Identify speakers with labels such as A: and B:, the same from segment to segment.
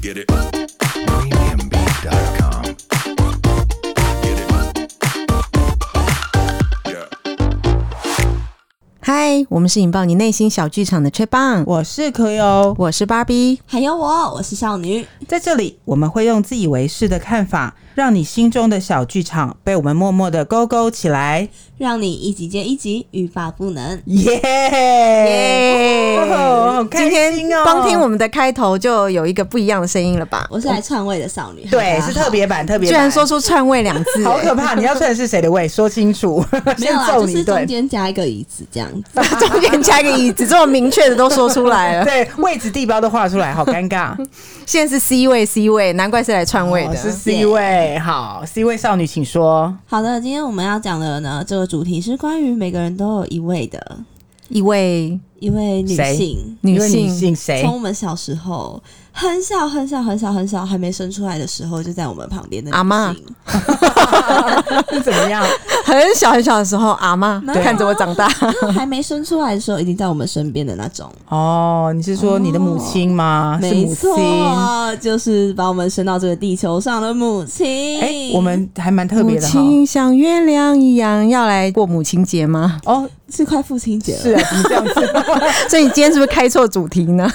A: Get it. Premiumbeat.com. Get it. Yeah.
B: 嗨，我们是引爆你内心小剧场的吹棒，
C: 我是可优，
B: 我是芭比。
D: 还有我，我是少女。
C: 在这里我们会用自以为是的看法，让你心中的小剧场被我们默默的勾勾起来，
D: 让你一集接一集，欲罢不能。
C: 耶、哦好开
B: 今天
C: 心哦
B: 光听我们的开头就有一个不一样的声音了吧？
D: 我是来篡位的少女，
C: 对，
D: 好
C: 是特别版，特别
B: 居
C: 版
B: 然说出“篡位”两字、
C: 好
B: 欸
C: 可怕！你要算是谁的位？说清楚，
D: 没有
C: 先
D: 啦，
C: 揍
D: 就
C: 你一
D: 是
C: 顿
D: 中。间加一个椅子这样子。
B: 中间加个椅子，这么明确的都说出来
D: 啊
B: 了。
C: 对，位置地标都画出来，好尴 尬。
B: 现在是 C 位，C 位，难怪是来篡位的。
C: 哦是 C 位，好，C 位少女，请说。
D: 好的，今天我们要讲的呢，这个主题是关于每个人都有一位的
B: 一位
D: 一位女
C: 谁
D: 性，
B: 女
C: 因为你
B: 性，
C: 姓谁
D: 从？我们小时候很小很小很小很小还没生出来的时候，就在我们旁边的
B: 阿嬷
D: 妈，
C: 是怎么样？
B: 很小很小的时候，阿妈
D: 没有啊
B: 看着我长大。
D: 就还没生出来的时候，已经在我们身边的那 种。
C: 哦，你是说你的母亲吗？啊是
D: 没
C: 母
D: 错
C: 亲。，
D: 就是把我们生到这个地球上的母亲。
C: 哎、我们还蛮特
B: 母
C: 别的哈。
B: 亲像月亮一样，要来过母亲节 吗？
C: 哦，
D: 是快父亲节了，
C: 是啊，怎么这样子？
B: 所以你今天是不是开错主题呢？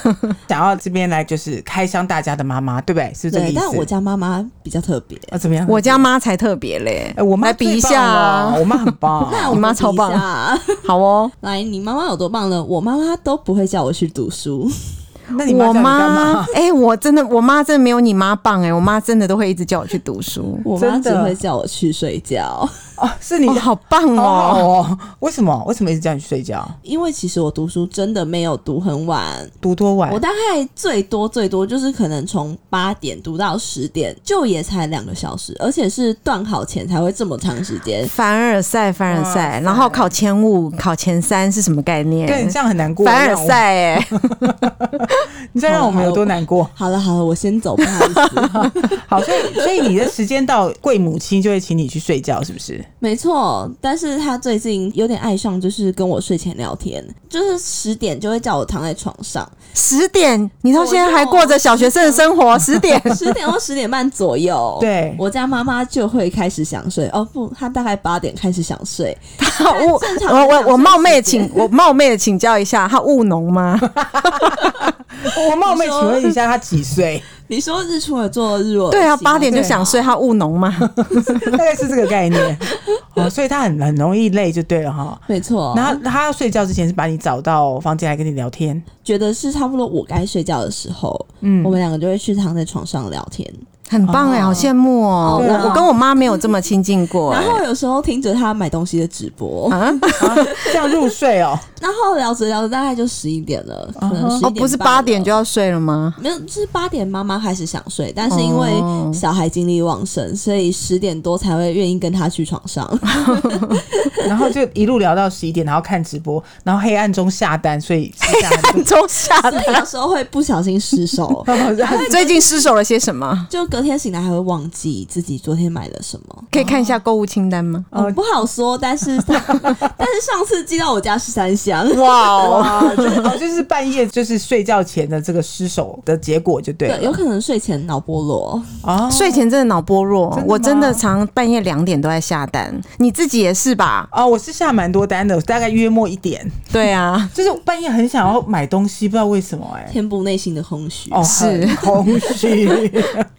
C: 想要这边来就是开箱大家的妈妈，对不对？是不是这个
D: 对，
C: 意思？
D: 但我家妈妈比较特别。
C: 啊怎么样？
B: 我家妈才特别嘞、
C: 哎、我妈
B: 来比一
C: 最
B: 下
C: 棒
B: 啊
C: 了，我妈很棒。
D: 那
B: 你
D: 我
B: 妈
D: 们
B: 超
D: 比一
B: 棒
D: 下
B: 好哦，
D: 来，你妈妈有多棒呢？我妈妈都不会叫我去读书，
C: 那你妈
B: 我
C: 叫你干嘛？
B: 哎、我真的，我妈真的没有你妈棒哎、我妈真的都会一直叫我去读书，
D: 我妈
C: 真
D: 只
C: 的
D: 会叫我去睡觉。
C: 哦，是你
B: 哦、
C: 的
B: 好棒
C: 好好
B: 哦！
C: 哦。为什么？为什么一直叫你睡觉？
D: 因为其实我读书真的没有读很晚，
C: 读多晚
D: 我？大概最多最多就是可能从八点读到十点，就也才两个小时，而且是断考前才会这么长时间。
B: 凡尔赛，凡尔
C: 哇
B: 赛，然后考前五、考前三是什么概念？
C: 对，你这样很难过。
B: 凡尔
C: 让我，
B: 赛哎、
C: 你这样让我们有多难过？
D: 好了好了，我先走，不好意思。
C: 好，所以所以你的时间到，贵母亲就会请你去睡觉，是不是？
D: 没错，但是他最近有点爱上，就是跟我睡前聊天，就是十点就会叫我躺在床上，
B: 十点，你到现在还过着小学生的生活，十点
D: 十点或十点半左右，
C: 对
D: 我家妈妈就会开始想睡。哦不，她大概八点开始想睡，
B: 我
D: 正
B: 我
D: 常
B: 我我冒昧地
D: 正常
B: 请我冒昧的请教一下，他务农吗？
C: 哦我冒昧请问一下，她几岁？
D: 你说日出而作，日落而息
B: 对啊，
D: 吗
B: 八点就想睡，。他务农吗？
C: 大概是这个概念。哦，所以她很很容易累，就对了哈。
D: 没错，
C: 然后她要睡觉之前是把你找到房间来跟你聊天。
D: 觉得是差不多我该睡觉的时候，
C: 嗯
D: 我们两个就会去躺在床上聊天。
B: 很棒哎、
C: 哦
B: 好羡慕哦！
D: 对啊
B: 我我跟我妈没有这么亲近过、
D: 然
B: 哎
D: 后有时候听着她买东西的直播，
B: 啊，
C: 啊这样入睡哦。
D: 然后聊着聊着大概就十一点了，可能11
B: 哦，不是
D: 半了
B: 八点就要睡了 吗？
D: 没有，就是八点妈妈开始想睡，但是因为
B: 哦
D: 小孩精力旺盛，所以十点多才会愿意跟他去床 上。
C: 然后就一路聊到十一点，然后看直播，然后黑暗中下单，所以是下单
B: 暗中下
D: 所以有时候会不小心失手，
B: 最近失手了些什么？
D: 就隔天醒来还会忘记自己昨天买了什么。
B: 可以看一下购物清单吗？
D: 哦，不好说，但是但是上次寄到我家是三箱，
B: 哇哦，
C: 哇，就是哦就是半夜就是睡觉前的这个失手的结果就对
D: 对，有
C: 了
D: 可能睡前脑波罗，
C: 哦，
B: 睡前真的脑波弱，
C: 真的吗
B: 我真的常半夜两点都在下单，你自己也是吧？
C: 哦，我是下蛮多单的，大概约莫一点，
B: 对 啊，
C: 就是半夜很想要买东西，不知道为什么哎、
D: 填补内心的空虚。
C: 哦，
B: 是
C: 很空 虚，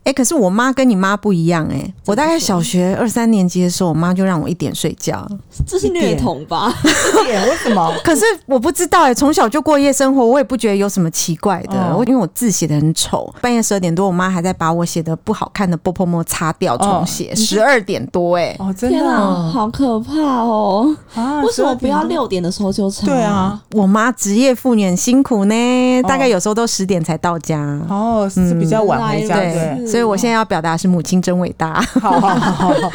B: 哎、可是我妈跟你妈不一样哎、我大概小学二三年级的时候，我妈就让我一点睡觉，
D: 这是虐童吧？
C: 一点为什么？
B: 可是我不知道哎、从小就过夜生活，我也不觉得有什么奇怪的。
C: 哦
B: 我、因为我字写的很丑，半夜十二点多，我妈还在把我写的不好看的波波沫擦掉重写，十二、点多哎、
C: 哦，真
D: 天
C: 的
D: 啊，
C: 哦
D: 好可怕哦！
C: 啊
D: 为什么不要
C: 12点
D: 六点的时候就成？
C: 对啊，，
B: 我妈职业妇女很辛苦呢，大概有时候都十点才到家。
C: 哦，是比较晚回家，
D: 啊嗯原来如
C: 对
D: 此。
B: 所以我现在要表达是母亲真伟大。
C: 好好好好，好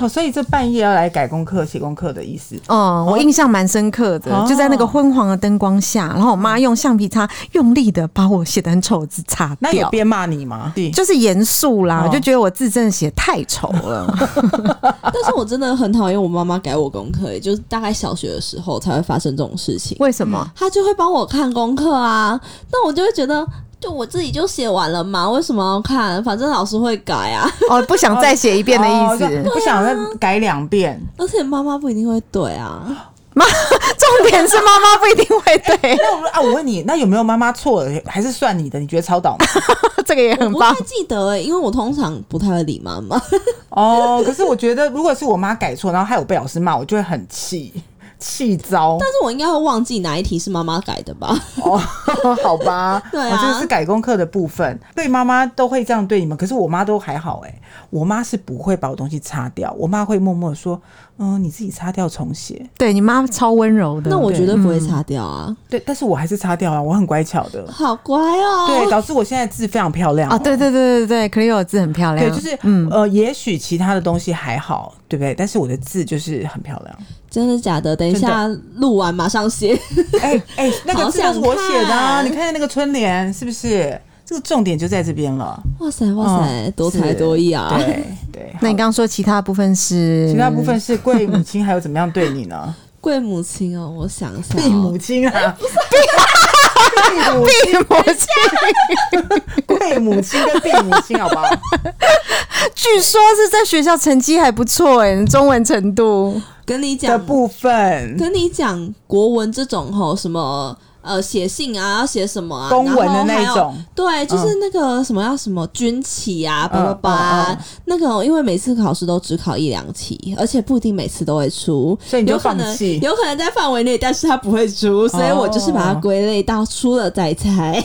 C: 哦，所以这半夜要来改功课、写功课的意思。
B: 嗯，我印象蛮深刻的，
C: 哦
B: 就在那个昏黄的灯光下，然后我妈用橡皮擦用力的把我写的很丑的字擦
C: 那有
B: 掉。
C: 边骂你吗？对，
B: 就是严肃啦，
C: 哦
B: 就觉得我字真的写太丑了。
D: 但是我真的很讨厌我妈妈改我功课，也欸就是大概小学的时候才会发生这种事情。
B: 为什么？
D: 她就会帮我看功课啊，那我就会觉得，就我自己就写完了嘛，为什么要看？反正老师会改啊，
B: 哦，不想再写一遍的意思。
C: 哦就不想再改两遍。
D: 而且妈妈不一定会对啊。
B: 重点是妈妈不一定会对，
C: 那我啊，我问你，那有没有妈妈错了，还是算你的？你觉得超 倒霉
B: 这个也很
D: 不
B: 棒
D: 太。记得哎、因为我通常不太会理 妈妈。
C: 哦？可是我觉得，如果是我妈改错，然后害我被老师骂，我就会很气，气糟。
D: 但是我应该会忘记哪一题是妈妈改的吧？
C: 哦， 好吧，
D: 对啊
C: 哦这个是改功课的部分。对妈妈都会这样对你们，可是我妈都还好哎、我妈是不会把我东西擦掉，我妈会默默地说，嗯，你自己擦掉重写。
B: 对你妈超温柔的，
D: 那我
C: 对嗯
D: 绝对不会擦掉啊，
C: 对，但是我还是擦掉啊了，我很乖巧的，
D: 好乖哦。
C: 对，导致我现在字非常漂亮哦
B: 啊，对对对对对 c l e o 字很漂亮，
C: 对，就是嗯呃，也许其他的东西还好，对不对？但是我的字就是很漂亮。
D: 真的假的？等一下录完马上写。
C: 哎、哎、那个
D: 好
C: 字都是
D: 想
C: 我写的、啊，
D: 看
C: 你看看那个春联是不是？这个重点就在这边了。
D: 哇塞哇塞，
C: 嗯
D: 多才
C: 是
D: 多艺啊！
C: 对对，
B: 那你
C: 好
B: 刚刚说其他部分是
C: 其他部分是贵母亲还有怎么样对你 呢？
D: 贵母亲哦，我想一下哦、
C: 避母亲啊，避母
B: 闭母亲。
C: 贵母亲跟避母亲，好 不好？
B: 据说是在学校成绩还不错哎、中文程度
D: 跟你
C: 的
D: 讲，
C: 部分。
D: 跟你讲国文这种吼什么。呃，写信啊，要写什么啊？
C: 公文的
D: 然后还
C: 那一
D: 有
C: 种，
D: 对，就是那个什么要什么军旗啊，叭叭
C: 嗯
D: 叭
C: 嗯
D: 啊，那个因为每次考试都只考一两题，而且不一定每次都会出，
C: 所以你就
D: 有可
C: 放
D: 能
C: 弃哦
D: 有可能在范围内，但是它不会出，所以我就是把它归类到出了 再猜，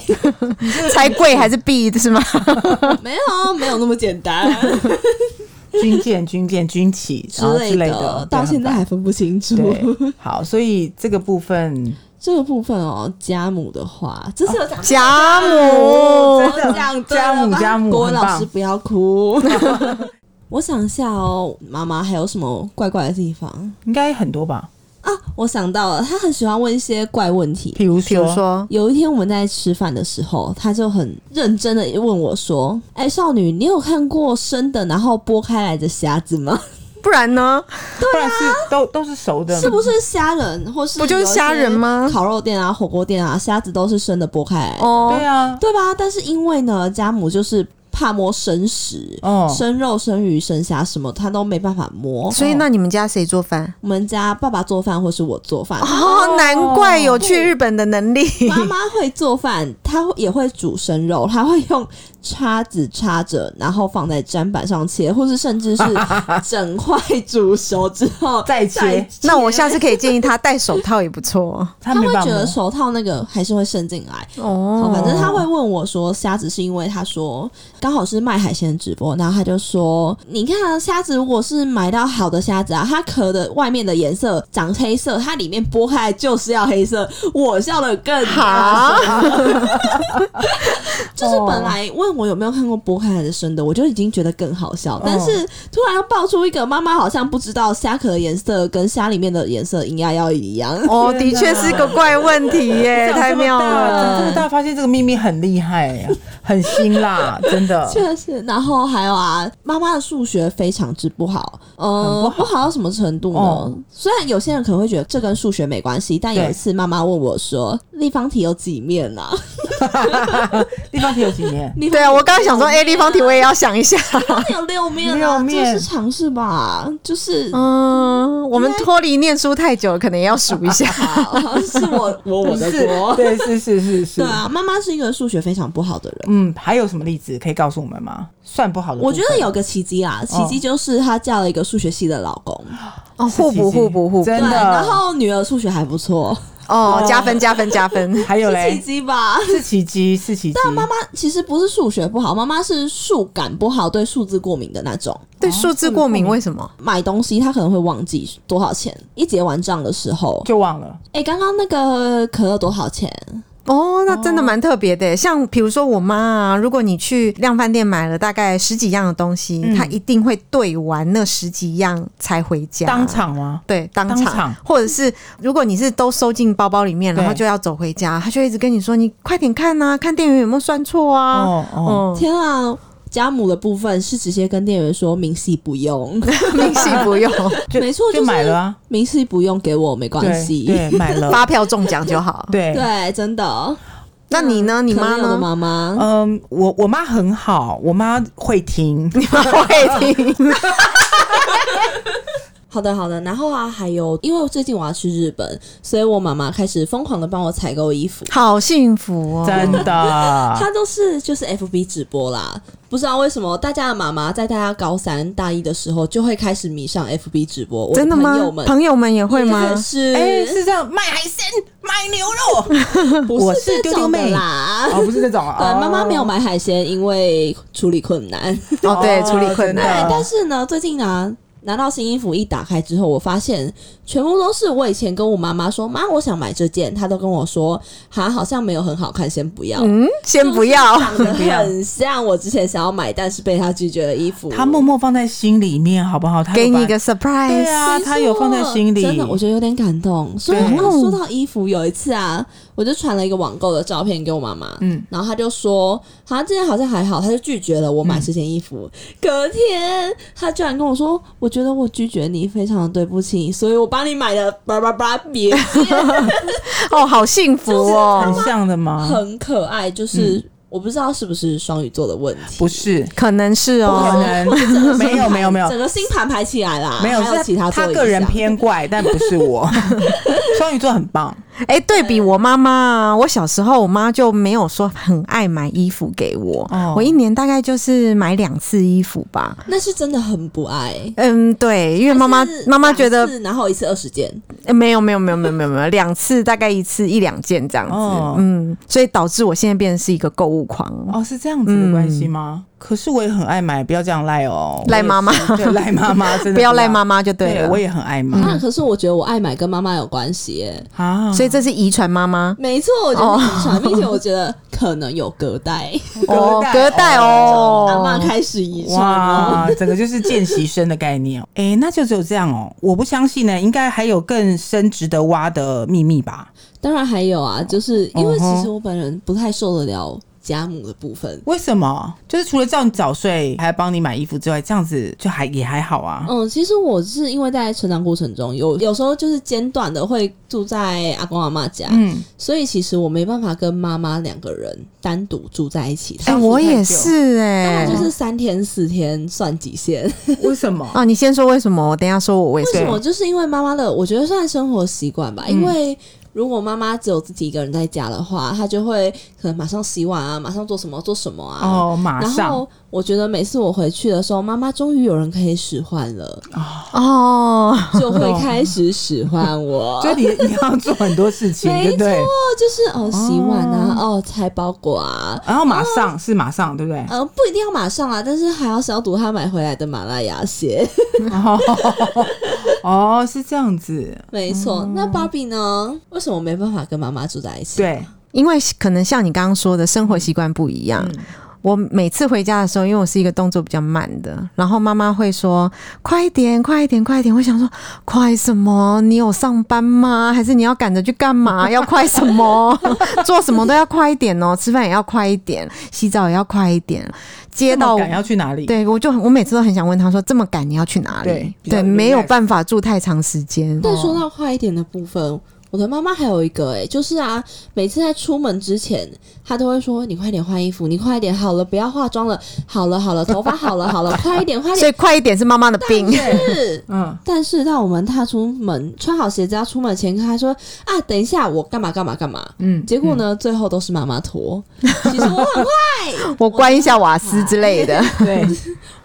B: 才贵还是必是吗？
D: 没有没有那么简单
C: 军舰、军舰、军旗然后之类
D: 的，
C: 的，
D: 到
C: 对
D: 现在。还分不清楚
C: 很。棒对，好，所以这个部分
D: 这个部分哦，家母的话，这是有讲
B: 贾
C: 哦真
D: 哦
B: 母
C: 的
D: 讲
C: 家母家母
D: 国文
C: 很
D: 老
C: 棒
D: 师不要哭。 我想一下哦，妈妈还有什么怪怪的地方
C: 应该很多吧？
D: 啊？我想到了，她很喜欢问一些怪问题。
C: 譬如
B: 比如说
D: 有一天我们在吃饭的时候，她就很认真的问我说：“哎、少女，你有看过生的然后剥开来的虾子吗？
B: 不然呢？
C: 不然是都都是熟的，
D: 啊是不是虾仁或是
B: 不就是虾仁吗
D: 有一些烤肉店啊、火锅店啊，虾子都是生的剥开来的
B: 哦
C: 对，啊，
D: 对吧？但是因为呢，家母就是怕摸生食，
C: 哦
D: 生肉、生鱼、生虾什么，她都没办法摸。
B: 所以那你们家谁做饭？
D: 我们家爸爸做饭或是我 做饭，
B: 哦，难怪有去日本的能力。
D: 妈妈会做饭，她也会煮生肉，她会用叉子叉着，然后放在砧板上切，或是甚 至是整块煮熟之后
C: 再切
B: 那我下次可以建议他戴手套也不错
C: 他
D: 她
C: 没
D: 会
C: 办
D: 觉
C: 法
D: 得
C: 摸。
D: 手套那个还是会渗进来，
B: 哦
D: 哦，反正他会问我说虾子是因为他说刚好是卖海鲜直播，然后他就说你看啊，虾子如果是买到好的虾子啊，它壳的外面的颜色长黑色，它里面剥开来就是要黑色。我笑的更
B: 啊
D: 大声，就是本来问我有没有看过剥开来的生的，我就已经觉得更好笑，但是突然又爆出一个妈妈好像不知道虾壳的颜色跟虾里面的颜色应该要一样。
B: 哦，的确是个怪问题耶，
C: 长
B: 哎太
C: 这么
B: 妙
C: 大
B: 了。
C: 长这么大发现这个秘密很厉害、很辛 辣，真的。
D: 确实，然后还有啊，妈妈的数学非常之不好，
C: 很
D: 呃，
C: 不
D: 不
C: 好
D: 到什么程度呢？
C: 哦
D: 虽然有些人可能会觉得这跟数学没关系，但有一次妈妈问我说：“立方体有几面啊
C: 立方体有几面？”？
D: 立方体
B: 对啊，我刚刚想说，哎，立方体我也要想一下。
D: 有六面啊，
C: 六面
D: 这是常识吧？就是。
B: 嗯，我们脱离念书太久，可能也要数一下。
D: 啊 是我我我的
C: 是
D: 锅，
C: 对，是是是是
D: 对。啊，妈妈是一个数学非常不好的人。
C: 嗯，还有什么例子可以告诉我们吗？算不好的部
D: 我
C: 分，
D: 觉得有个奇迹啊，奇迹就是她嫁了一个数学系的老公，
B: 哦，互补互补互补，
C: 真
D: 对，
C: 的
D: 然后女儿数学还不错，
B: 哦，加分加分加分。
C: 还有
D: 是奇
C: 嘞，
D: 迹吧？
C: 是奇迹，是奇迹。
D: 但妈妈其实不是数学不好，妈妈是数感不好，对数字过敏的那种。
B: 对数字过敏为什哦么？
D: 买东西她可能会忘记多少钱，一结完账的时候，
C: 就忘了
D: 哎、刚刚那个可乐多少钱？
B: 哦，那真的蛮特别的耶。像比如说我妈啊，如果你去量贩店买了大概十几样的东西，
C: 嗯
B: 她一定会对完那十几样才回家。
C: 当场吗？
B: 对，当
C: 当
B: 场，
C: 场
B: 或者是如果你是都收进包包里面，然后
C: 对
B: 就要走回家，她就一直跟你说：“你快点看啊，看店员有没有算错啊。
C: 哦哦，
B: 哦，
D: 天啊！家母的部分是直接跟店员说明细不用，
B: 明细不用，
D: 哦
C: 就
D: 没错就
C: 就是买了啊，
D: 明细不用给我没关
C: 对
D: 系。
C: 对，买 了，
B: 发票中奖就好。
C: 对。
D: 对，真的。
B: 那你呢？你妈
D: 啊可怜我的
B: 呢？
D: 妈妈，
C: 嗯，我我妈很好，我妈会听，
B: 你妈会听
D: 好的，好的。然后啊，还有，因为最近我要去日本，所以我妈妈开始疯狂的帮我采购衣服。
B: 好幸福哦！
C: 真的。
D: 她都是就是 FB 直播啦，不知道为什么大家的妈妈在大家高三大一的时候就会开始迷上 FB 直播。我
B: 真的吗
D: 朋友？们
B: 朋友们也会吗？
D: 也是，
C: 哎，是这样，卖海鲜，卖牛肉，
D: 不
C: 我
D: 是
C: 是
D: 这
C: 丢丢
D: 种的
C: 妹
D: 啦。
C: 哦，不是这种啊。
D: 对，妈妈没有
C: 哦，
D: 买海鲜，因为处理 困难。
B: 哦，对，处理困
C: 真的
B: 难。
D: 但是呢，最近啊，拿到新衣服一打开之后，我发现全部都是我以前跟我妈妈说，妈，我想买这件，她都跟我说，哈，好像没有很好看，先不要。
B: 嗯，先不要。
D: 长得很像我之前想要买，但是被她拒绝的衣服。
C: 她默默放在心里面，好不好？她有
B: 给你一
C: 把
B: 个 surprise。
C: 对啊，
D: 没错
C: 她有放在心里，
D: 哎真的，我觉得有点感动。所以
C: 对
D: 我说到衣服，有一次啊，我就传了一个网购的照片给我妈妈，嗯
C: 嗯，
D: 然后她就说，好像这件好像还好，她就拒绝了我
C: 嗯
D: 买这件衣服。隔天，她居然跟我说，我觉得我拒绝你，非常的对不起，所以我帮你买了叭叭叭 别件，
B: 哦，好幸福
C: 很
B: 哦。
C: 像的吗？
D: 很可爱，就是。我不知道是不是双鱼座的问题，
C: 嗯不是，
B: 可能是
C: 不
B: 哦
C: 可，能，没 有
D: 盘
C: 没有没有
D: 整个星盘排起来啦，
C: 没有，
D: 还有
C: 是
D: 其他座
C: 他
D: 椅
C: 个人
D: 像
C: 偏怪，但不是 我。双鱼座很棒，
B: 哎、对比我妈妈啊，我小时候我妈就没有说很爱买衣服给我，
C: 哦
B: 我一年大概就是买两次衣服吧。
D: 那是真的很不爱。
B: 嗯，对，因为妈妈
D: 就是
B: 妈妈觉得
D: 两次然后一次二十件，
B: 呃没有没有没有没有没有没有两次大概一次一两件这样子，
C: 哦
B: 嗯，所以导致我现在变成是一个购物狂。
C: 哦，是这样子的关系吗？嗯可是我也很爱买，不要这样赖哦，
B: 赖妈妈
C: 我也是对，赖妈妈，真的
B: 不要赖妈
C: 妈，
B: 妈就对
C: 对啊
B: 了，
C: 我也很爱
B: 嗯
C: 买
D: 那、可是我觉得我爱买跟妈妈有关系耶。
C: 啊，
B: 所以这是遗传妈妈
D: 没错，我觉得遗传，并且我觉得可能有隔代，
B: 哦，
C: 隔
B: 隔
C: 代
B: 代
C: 哦
B: 哦，
D: 阿妈开始遗传了。
C: 哇，整个就是见习生的概念哦。哎、那就只有这样哦，我不相信呢，应该还有更深值得挖的秘密吧？
D: 当然还有啊，就是因为
C: 嗯哼
D: 其实我本人不太受得了家母的部分。
C: 为什么？就是除了叫你早睡，还帮你买衣服之外，这样子就还也还好啊。
D: 嗯，其实我是因为在成长过程中有有时候就是间断的会住在阿公阿妈家，
C: 嗯，
D: 所以其实我没办法跟妈妈两个人单独住在一起。
B: 哎、
D: 她
B: 我也是哎、
D: 就是三天四天算极限。
C: 为什么？
B: 哦，你先说为什么，我等一下说我为
D: 为
B: 什
D: 什
B: 么。
D: 么？就是因为妈妈的，我觉得算生活习惯吧。因
C: 嗯
D: 为如果妈妈只有自己一个人在家的话，她就会可能马上洗碗啊，马上做什么做什么啊。
C: 哦，马
D: 然
C: 上
D: 后我觉得每次我回去的时候，妈妈终于有人可以使唤 了，
B: 哦，
D: 就会开始使唤我。
C: 就你你要做很多事情，对
D: 没
C: 不
D: 错
C: 对？，
D: 就是哦，洗碗啊，哦，拆包裹啊，
C: 然后马上是马上，对不对？
D: 呃，不一定要马上啊，但是还要消毒她买回来的马拉雅鞋。
C: 哦，是这样子，
D: 没错，那芭比呢？为什么没办法跟妈妈住在一
C: 嗯
D: 起？
C: 对，啊
B: 因为可能像你刚刚说的，生活习惯不一样。
C: 嗯
B: 我每次回家的时候，因为我是一个动作比较慢的，然后妈妈会说：“快一点，快一点，快一点！”我想说：“快什么？你有上班吗？还是你要赶着去干嘛？要快 什么？做什么都要快一点哦，吃饭也要快一点，洗澡也要快一点。”接
C: 这
B: 到
C: 么赶要去哪里？
B: 对，我就很我每次都很想问他说：“这么赶，你要去哪里？”
C: 对比较
B: 没有
C: relax 哦
B: 办法住太长时间。
D: 但说到快一点的部分，我的妈妈还有一个哎、就是啊，每次在出门之前，她都会说：“你快点换衣服，你快点，好了，不要化妆了，好了，好了，头发好了，好了，快一点，快一
B: 所
D: 点。
B: 以快一点是妈妈的病。
D: 是”
C: 嗯，
D: 但是到我们踏出门、穿好鞋子要出门前，她说：“啊，等一下，我干嘛干嘛干嘛。”
C: 嗯
D: 结果呢，最后都是妈妈 拖。其实我很坏，
B: 我关一下瓦斯之类的。
C: 对，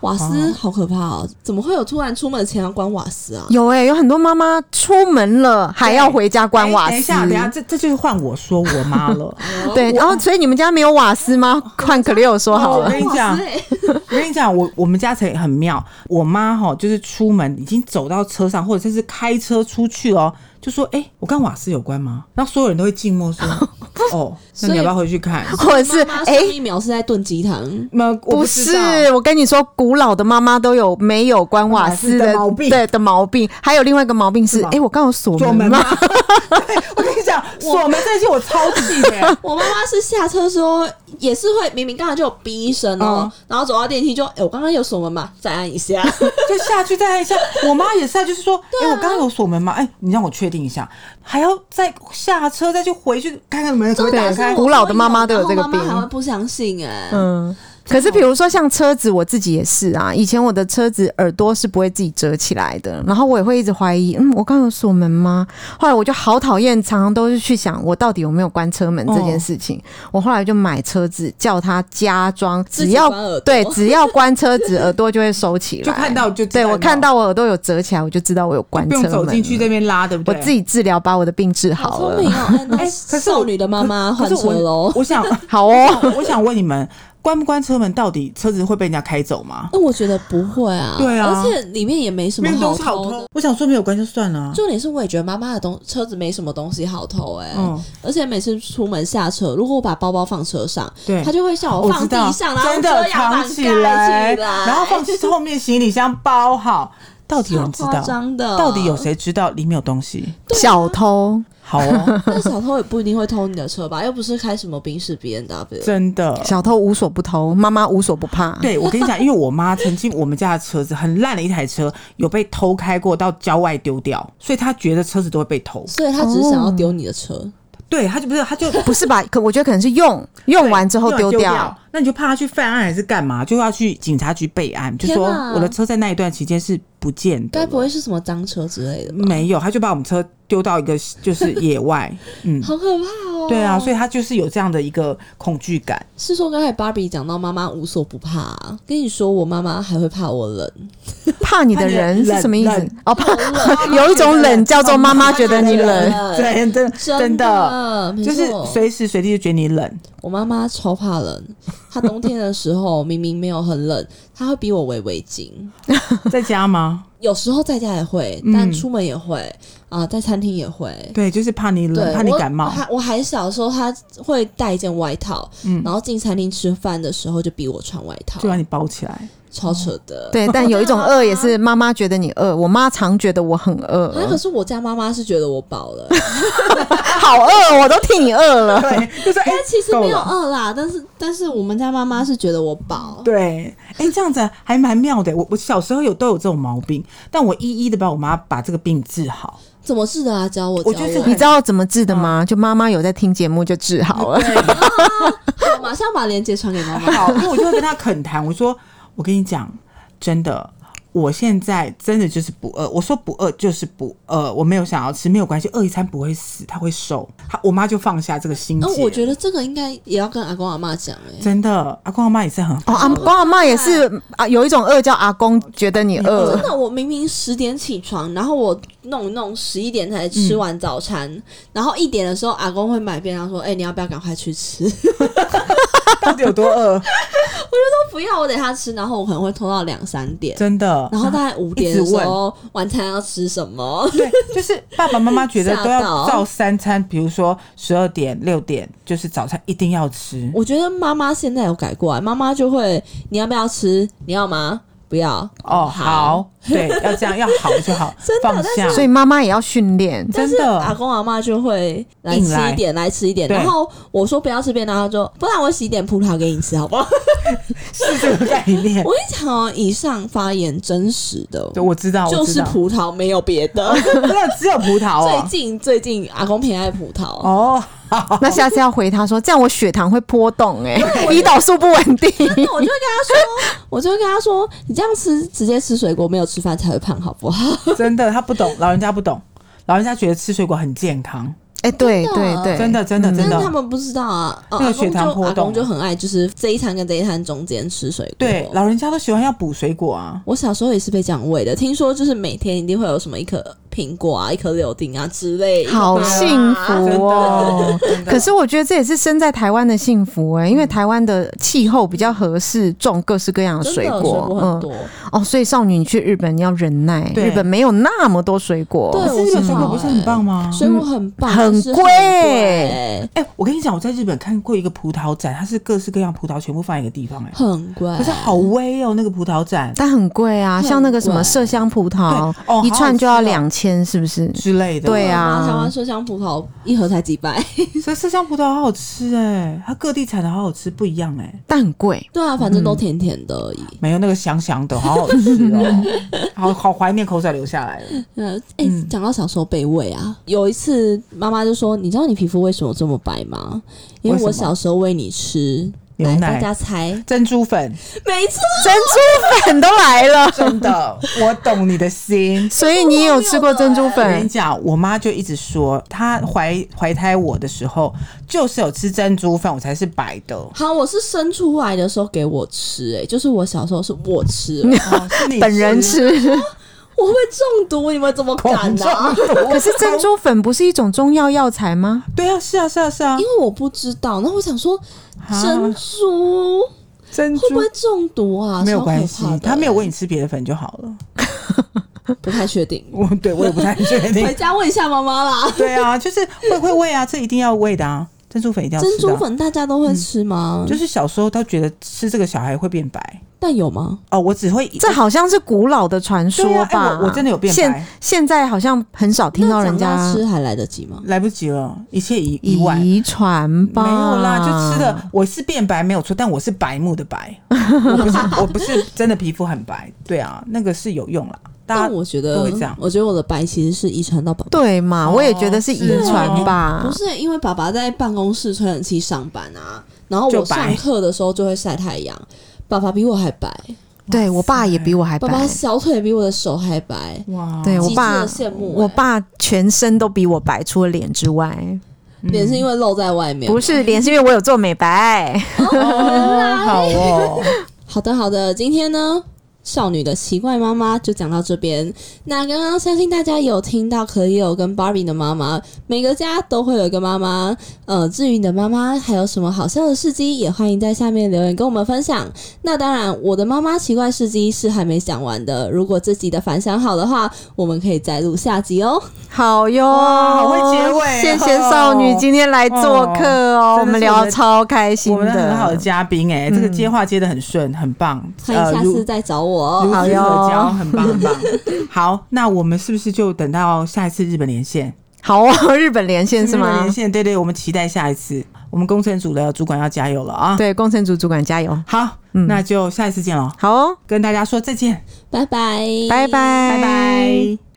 D: 瓦斯好可怕哦！怎么会有突然出门前要关瓦斯啊？
B: 有哎、有很多妈妈出门了还要回家关瓦
C: 哎
B: 斯。
C: 等一下，等一下，这这就是换我说我妈 了。
B: 对，然后所以你们家没有瓦斯吗？换 Cleo 说好
C: 我
B: 了。
C: 跟你讲
D: 哇塞
C: 我跟你讲，我我们家才很妙，我妈哈就是出门已经走到车上，或 者甚至开车出去哦，就说：“哎、我跟瓦斯有关吗？”然后所有人都会静默说：“哦，那
D: 所以
C: 你要不要回去看？
B: 或者是哎。
D: 哎，一秒是在炖鸡汤。
C: 那我
B: 不
C: 知道
B: 是，我跟你说，古老的妈妈都有没有关瓦
C: 瓦斯
B: 斯
C: 的毛病
B: 对的毛病，还有另外一个毛病是，
C: 是吗
B: 哎、我刚有锁
C: 锁门
B: 门
C: 吗
B: 吗？？
C: 对，我跟你讲，锁门这些我超气的、欸
D: 我妈妈是下车说，也是会明明刚才就有哔一声哦，然后走到电梯就，哎、我刚刚有锁门嘛，再按一下。
C: 就下去再按一下。我妈也是啊，就是说，哎、我刚刚有锁门吗？哎、你让我确定一下，还要再下车再去回去看看门口
D: 就打
C: 打
D: 开
C: 开
D: 我。哎
B: 古老的妈妈都有这个
D: 然后妈妈
B: 病
D: 还会不相信哎、
B: 嗯。可是，比如说像车子，我自己也是啊。以前我的车子耳朵是不会自己折起来的，然后我也会一直怀疑，嗯，我刚有锁门吗？后来我就好讨厌，常常都是去想我到底有没有关车门这件事情。
C: 哦
B: 我后来就买车子，叫它加装，
D: 自己
B: 只要
D: 关耳朵
B: 对，只要关车子，耳朵就会收起来。
C: 就看到就知道
B: 对我
C: 有
B: 看到我耳朵有折起来，我就知道我有关
C: 不
B: 车
C: 用走
B: 门。
C: 进去这边拉，对不
B: 我
C: 对？
B: 自己治疗，把我的病治
D: 好
B: 好
D: 聪
B: 了。
D: 明哦！哎、那
C: 嗯可是我
D: 少女的妈妈
C: 可
D: 换
C: 是
D: 车喽
C: 我。我想，
B: 好哦，
C: 我想问你们，关不关车门？到底车子会被人家开走吗？
D: 那哎我觉得不会啊，
C: 对啊
D: 而且里面也没什么
C: 没有东
D: 好
C: 西好
D: 偷
C: 偷
D: 的。。
C: 我想说没有关就算了啊。
D: 重点是，我也觉得妈妈的东车子没什么东西好偷哎、
C: 嗯
D: 而且每次出门下车，如果我把包包放车上，
C: 对
D: 她就会叫
C: 我
D: 放
C: 知
D: 地
C: 道，
D: 上，然后
C: 真
D: 车
C: 的
D: 要把
C: 藏
D: 盖
C: 起
D: 来，
C: 来， 然后放后面行李箱包好。到底有人知道
D: 超夸？张的
C: 到底有谁知道里面有东西？
B: 小偷。
C: 好 哦，
D: 但小偷也不一定会偷你的车吧？又不是开什么宾士 B N W。
C: 真的。
B: 小偷无所不偷，妈妈无所不怕。，
C: 对，我跟你讲，因为我妈曾经我们家的车子很烂的一台车，有被偷开过到郊外丢掉，所以她觉得车子都会被偷。
D: 所以他只是想要丢你的车，
C: 哦对，她就不是，她就
B: 不是吧？可我觉得可能是用用完之后
C: 对
B: 丢
C: 丢
B: 掉。。
C: 那你就怕她去犯案还是干嘛？就要去警察局备案，就
D: 天
C: 说
D: 哪
C: 我的车在那一段期间是不见的
D: 该、
C: 了，
D: 不会是什么脏车之类的吧？
C: 没有，她就把我们车丢到一个就是野 外。嗯，
D: 好可怕哦！
C: 对啊，所以她就是有这样的一个恐惧感。
D: 是说刚才芭比讲到妈妈无所不怕，啊跟你说我妈妈还会怕我冷，
B: 怕你的人是什么意
C: 怕你
B: 思
C: 冷？
B: 哦， 怕
D: 冷
B: 有一种冷叫做妈妈觉得 你冷。
D: 冷，
C: 对，真
D: 真
C: 真的。
D: 的，没
C: 就是
D: 错
C: 随时随地就觉得你冷，
D: 我妈妈超 怕冷，她冬天的时候明明没有很冷，她会逼我围围巾，
C: 在家吗？
D: 有时候在家也会，
C: 嗯
D: 但出门也会啊、在餐厅也会。
C: 对，就是怕你冷，
D: 对，
C: 怕你
D: 我
C: 感
D: 我
C: 冒。
D: 还我还小的时候，她会带一件外套，
C: 嗯
D: 然后进餐厅吃饭的时候就逼我穿外套
C: 就，把你包起来。
D: 超扯的。
B: 对，但有一种饿也是妈妈觉得你饿，我妈常觉得我很
D: 啊，可
B: 饿，
D: 是我家妈妈是觉得我饱了，
B: 好饿，我都替你饿 了。
C: 对，就是哎
D: 但其实
C: 够
D: 没有
C: 了
D: 饿啦，但是但是我们家妈妈是觉得我饱，
C: 对，哎、这样子还蛮妙的。我我小时候有都有这种毛病，但我一一的把我妈把这个病治好。
D: 怎么治的啊？教我，
C: 我
D: 教
C: 就是
B: 你知道怎么治的吗？就妈妈有在听节目就治好了。
D: 好马上把链接传给妈 妈。
C: 好，因为我就会跟她恳谈，我说我跟你讲，真的。我现在真的就是不饿，我说不饿就是不饿，我没有想要吃，没有关系，饿一餐不会死，她会瘦。她我妈就放下这个心结、
D: 那嗯哦我觉得这个应该也要跟阿公阿妈讲哎，
C: 真的，阿公阿妈也是很好
B: 哦，阿公阿妈也是啊，有一种饿叫阿公觉 得你饿
D: 真。的，我明明十点起床，然后我弄一弄，十一点才
C: 嗯
D: 吃完早餐，然后一点的时候阿公会买便当，说：“哎、你要不要赶快去吃？” 我
C: 到底有多 饿？
D: 说不要，我等他吃，然后我可能会拖到两三点，
C: 真的。
D: 然后大概五点
C: 一
D: 的
C: 直
D: 时
C: 问
D: 候晚餐要吃什么？
C: 对，就是爸爸妈妈觉得都
D: 吓到
C: 要照三餐，比如说十二点、六点，就是早餐一定要吃。
D: 我觉得妈妈现在有改过啊来，妈妈就会你要不要吃？你要吗？不要
C: 哦，，好，对，要这样，要好就 好，放下。
B: 所以妈妈也要训 练，
C: 真
D: 但是啊阿
C: 的，
D: 公阿妈就会来吃一点，来吃一点。
C: 对
D: 然后我说不要吃便当，他就不然我洗一点葡萄给你吃，好不好？
C: 是这个概念
D: 我。跟你讲哦，以上发言真实的，
C: 对，我知道，
D: 就
C: 我知
D: 是
C: 道，
D: 葡萄，没有别 的。
C: 真的只有葡萄
D: 最
C: 哦。
D: 近最近阿公偏爱葡萄，
C: 哦，
B: 那下次要回他说，这样我血糖会波动、欸，哎，胰岛素不稳定。
D: 那我就会跟他说， 我就会跟他说，你这样吃直接吃水果，没有吃饭才会胖，好不好？
C: 真的，他不懂，老人家不懂，老人家觉得吃水果很健康，
B: 哎、对
D: 真的
B: 对对，
C: 真的，真的，
B: 嗯
C: 真
D: 但是
C: 的。
D: 他们不知道啊，哦
C: 那个
D: 阿公
C: 血糖
D: 就
C: 波
D: 阿
C: 动
D: 公就很爱，就是这一餐跟这一餐中间吃水果。
C: 对，老人家都喜欢要补水果啊。
D: 我小时候也是被这样喂的，听说就是每天一定会有什么一颗苹果啊、一颗柳丁啊之类的，
B: 好幸福哦！
C: 真的
B: 可是我觉得这也是身在台湾的幸福哎、因
D: 嗯
B: 为台湾的气候比较合适，种各式各样的
D: 真的
B: 水
D: 水
B: 果。
D: 果很多。
B: 嗯，哦，所以少女你去日本你要忍耐，
C: 对
B: 日本没有那么多水果，
D: 对
C: 可是日本水
D: 我知道
C: 果不是很棒吗？
D: 水果很棒、
B: 很很
D: 是
B: 贵，
D: 贵，
C: 哎、我跟你讲，我在日本看过一个葡萄展，它是各式各样葡萄全部放在一个地方、哎，
D: 很贵。
C: 可是好微哦，那个葡萄展
B: 但很贵啊，
D: 很
B: 像那个什么
D: 贵
B: 麝香葡萄
C: 对哦，
B: 一串就要
C: 好好吃哦
B: 两千，是不是？
C: 之类的。
B: 对啊
D: 我妈台湾麝香葡萄一盒才几百，
C: 所以麝香葡萄好好吃哎、它各地产的好好吃，不一样哎、
B: 但很贵。
D: 对啊，反正都甜甜的而已。
C: 没有那个香香的，好好吃 哦，好好怀念，口水流下来了。
D: 呃，哎、讲到小时候被喂啊，有一次妈妈就说：“你知道你皮肤为什么这么白吗？因
C: 为
D: 为
C: 什
D: 我
C: 么
D: 小时候喂你吃
C: 牛奶
D: 来大家猜，
C: 珍珠粉，
D: 没错，
B: 珍珠粉都来了，
C: 真的，我懂你的 心。
B: 所以你也有吃过珍珠
C: 我跟你
B: 粉？
C: 讲，我妈就一直说，她怀怀胎我的时候，就是有吃珍珠粉，我才是白的。
D: 好，我是生出来的时候给我吃、哎，就是我小时候是我吃，
C: 哦是你
B: 本人吃，
D: 我会中毒，你们怎么敢啊
C: 恐
D: 呢、
C: 中毒，
B: 可是珍珠粉不是一种中药药材吗？
C: 对啊，是啊，是啊，是啊
D: 因，为我不知道，那我想说
C: 啊
D: 珍珠
C: 珍珠
D: 会不会中毒啊？
C: 没有
D: 超可
C: 关系
D: 怕的，欸
C: 她没有喂你吃别的粉就好了。
D: 不太确定，
C: 我对我也 不太确定
D: 回。家问一下妈妈啦。
C: 对啊，就是会会喂啊，这一定要喂的啊，珍珠粉一定要
D: 珍
C: 吃的
D: 珠
C: 啊、
D: 粉大家都会吃吗？
C: 就是小时候都觉得吃这个小孩会变白
D: 但有吗？
C: 哦，我只会
B: 这好像是古老的传
C: 对
B: 说
C: 啊哎
B: 吧？
C: 我我真的有变白
B: 现现在好像很少听到人
D: 那
B: 家
D: 长大吃还来得及吗？
C: 来不及了，一切意意外。
B: 遗传吧？
C: 没有啦，就吃的，我是变白没有错，但我是白目的 白，我不是我不是真的皮肤很白，对啊，那个是有用啦，大家
D: 但我觉
C: 都
D: 得
C: 会这样，
D: 我觉得我的白其实是遗传到爸爸。
B: 对嘛？我也觉得是
C: 哦是啊
B: 遗传吧
D: 不。是因为爸爸在办公室吹冷气上班啊，然后
C: 就
D: 我
C: 白
D: 上课的时候就会晒太阳。爸爸比我还白，
B: 对我爸也比我还
D: 爸
B: 白，
D: 爸小腿比我的手还白。
C: 哇，
B: 对我
D: 极致
B: 爸
D: 的羡慕欸
B: 我爸全身都比我白，除了脸之外，
D: 脸是因为露在外面吗。
B: 不是脸是因为我有做美白。
C: 哦，好 哦，
D: 好的，好的，今天呢？少女的奇怪妈妈就讲到这边。那刚刚相信大家有听到可以有跟 Barbie 的妈妈，每个家都会有一个妈妈。呃，至于你的妈妈还有什么好笑的事迹，也欢迎在下面留言跟我们分享。那当然，我的妈妈奇怪事迹是还没讲完的。如果这集的反响好的话，我们可以再录下集哦。
B: 好哟，
C: 哇好会结尾哦
B: 谢谢少女今天来做客
C: 哦
B: 哦，我
C: 真
B: 们
C: 的是我
B: 聊
C: 们
B: 超开心
C: 我们的很好的嘉宾哎，这个接话接的很顺，很棒，
D: 嗯
C: 呃
D: 欢迎下
C: 如
D: 次再找我哦。
C: 如
B: 好
C: 此
B: 哟
C: 可交，很棒 很棒。好，那我们是不是就等到下一次日本连线？
B: 好哦，日本连 线是
C: 日本
B: 吗
C: 连？线，对对，我们期待下一次。我们工程组的主管要加油了啊！
B: 对，嗯工程组主管加油，
C: 好，那就下一次见喽，
B: 好哦，
C: 跟大家说再见，
D: 拜拜，
B: 拜拜，
C: 拜拜。